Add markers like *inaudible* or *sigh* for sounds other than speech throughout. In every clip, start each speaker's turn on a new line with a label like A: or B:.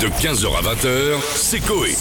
A: De 15h à 20h, c'est Coé.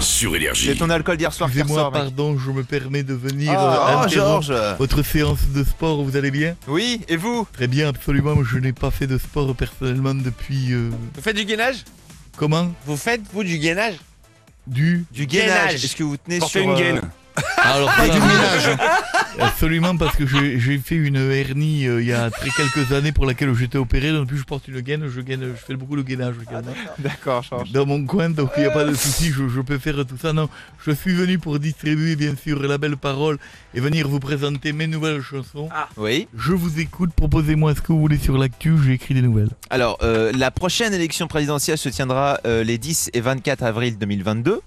A: Sur Énergie.
B: C'est ton alcool d'hier soir qui
C: Excusez-moi,
B: ressort, mec.
C: pardon, je me permets de venir euh,
B: Ah, Oh,
C: interrompre
B: Georges
C: votre séance de sport, vous allez bien
B: Oui, et vous
C: Très bien, absolument, moi, je n'ai pas fait de sport personnellement depuis... euh,
D: Vous faites du gainage
C: comment
D: Vous faites, vous, du gainage
C: Du
B: Du
D: gainage.
B: gainage. Est-ce que vous tenez
A: Portez
B: sur...
A: une
B: euh,
A: gaine.
D: Ah,
C: Alors,
B: Du
C: voilà,
B: ménage.
C: *laughs* absolument, parce que j'ai j'ai fait une hernie euh, il y a très quelques années pour laquelle j'étais opéré, donc depuis je porte une gaine, je, gaine, je fais beaucoup le gainage également.
B: Ah, D'accord, Georges.
C: dans mon coin, donc il n'y a pas de souci, je, je peux faire tout ça. Non, je suis venu pour distribuer bien sûr la belle parole et venir vous présenter mes nouvelles chansons.
B: Oui.
C: Je vous écoute, proposez-moi ce que vous voulez sur l'actu, j'ai écrit des nouvelles.
B: Alors, euh, la prochaine élection présidentielle se tiendra euh, les 10 et 24 avril 2022.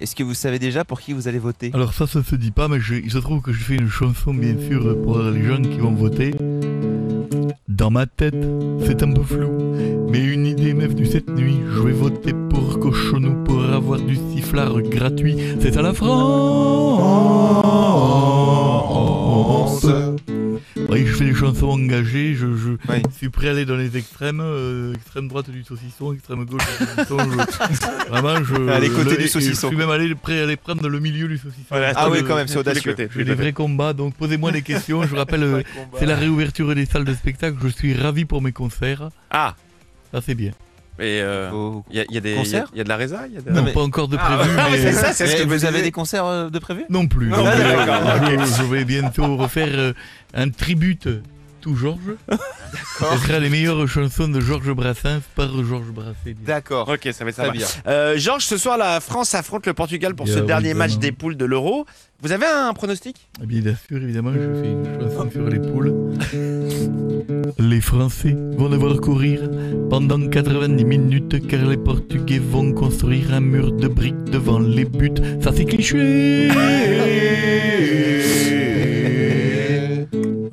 B: Est-ce que vous savez déjà pour qui vous allez voter
C: Alors ça, ça se dit pas, mais je- il se trouve que je fais une chanson bien sûr pour les jeunes qui vont voter. Dans ma tête, c'est un peu flou, mais une idée m'est venue cette nuit. Je vais voter pour Cochonou pour avoir du sifflard gratuit. C'est à la France. Oui, je fais des chansons engagées, je, je
B: Oui.
C: suis prêt à aller dans les extrêmes, euh, extrême droite du saucisson, extrême gauche du saucisson.
B: *laughs*
C: je- vraiment, je,
B: Ah, les côtés du
C: et- et
B: saucisson.
C: Je suis même allé, prêt à aller prendre le milieu du saucisson.
D: Voilà,
B: Ah
C: Parce
B: oui,
C: que
B: quand même, c'est audacieux.
C: J'ai des vrais combats, donc posez-moi des questions. Je rappelle, euh, c'est la réouverture des salles de spectacle. Je suis ravi pour mes concerts.
D: Ah,
C: Ça, c'est bien.
D: et euh,
B: Oh.
D: il y, a- il y a des. Il y, a-
B: Concert
D: il y a de la résa il y a de-
C: Non,
B: mais-
C: pas encore de
D: Ah,
C: prévu,
D: ouais,
C: mais... euh,
D: c'est ça, c'est ce
B: Et
D: que
B: Vous
D: je
B: avez
D: disais.
B: des concerts euh, de prévu
C: Non plus.
D: Non,
C: Donc,
D: mais
C: euh,
D: d'accord,
C: je, je vais bientôt refaire euh, un tribute tout
D: *laughs*
C: Georges. Ce sera les meilleures chansons de Georges Brassens par Georges Brasset. bien.
B: D'accord.
D: Ok, ça va être
B: Très
D: sympa.
B: bien.
D: Euh, Georges, ce soir, la France affronte le Portugal pour
C: Bien
D: ce dernier
C: évidemment.
D: match des poules de l'Euro. Vous avez un pronostic
C: Eh Bien sûr, évidemment, je fais une chanson sur les poules. *laughs* Les Français vont devoir courir pendant 90 minutes car les Portugais vont construire un mur de briques devant les buts. Ça c'est cliché Voilà,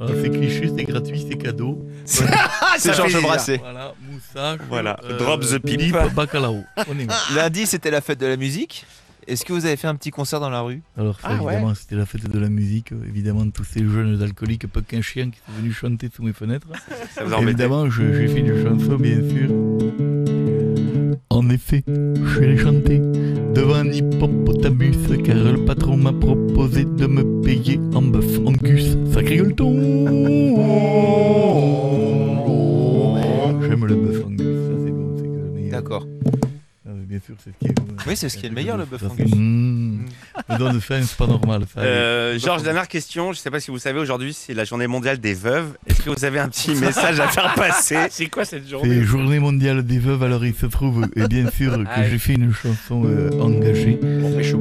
C: Ah, C'est cliché, c'est gratuit, c'est cadeau.
D: Ah,
B: C'est Georges
D: Brassens.
B: Brassens.
C: Voilà, moussage.
D: Voilà, drop the pipe.
C: pipe, Bacalao. On
D: *laughs*
C: est bon.
B: Lundi, c'était la fête de la musique. Est-ce que vous avez fait un petit concert dans la rue
C: Alors ça,
D: Ah ouais.
C: évidemment, c'était la fête de la musique. Évidemment, tous ces jeunes alcooliques, pas qu'un chien qui sont venus chanter sous mes fenêtres.
D: Ça vous embête
C: Évidemment, je- j'ai fait une chanson, bien sûr. En effet, je suis allé chanter devant un hippopotamus car le patron m'a proposé de me payer en bœuf angus. Ça rigole-t-on J'aime le bœuf angus, ça c'est bon, c'est que le meilleur.
B: D'accord.
C: Ah, mais bien sûr, c'est ce qui est.
B: Oui, c'est ce qui est le meilleur, le bœuf Mm.
C: Ça,
B: angus.
C: c'est- Mmh. Me donne faim, c'est pas normal
D: *laughs*
C: ça.
D: Euh, Georges, dernière question. Je sais pas si vous savez, aujourd'hui, c'est la journée mondiale des veuves. Est-ce que vous avez un petit message à faire passer C'est quoi cette
C: C'est Journée mondiale des veuves, alors il se trouve, et bien sûr, que j'ai fait une chanson euh, engagée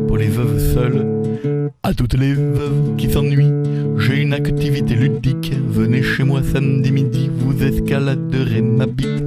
C: pour les veuves seules. À toutes les veuves qui s'ennuient, j'ai une activité ludique. Venez chez moi samedi midi, vous escaladerez ma bite.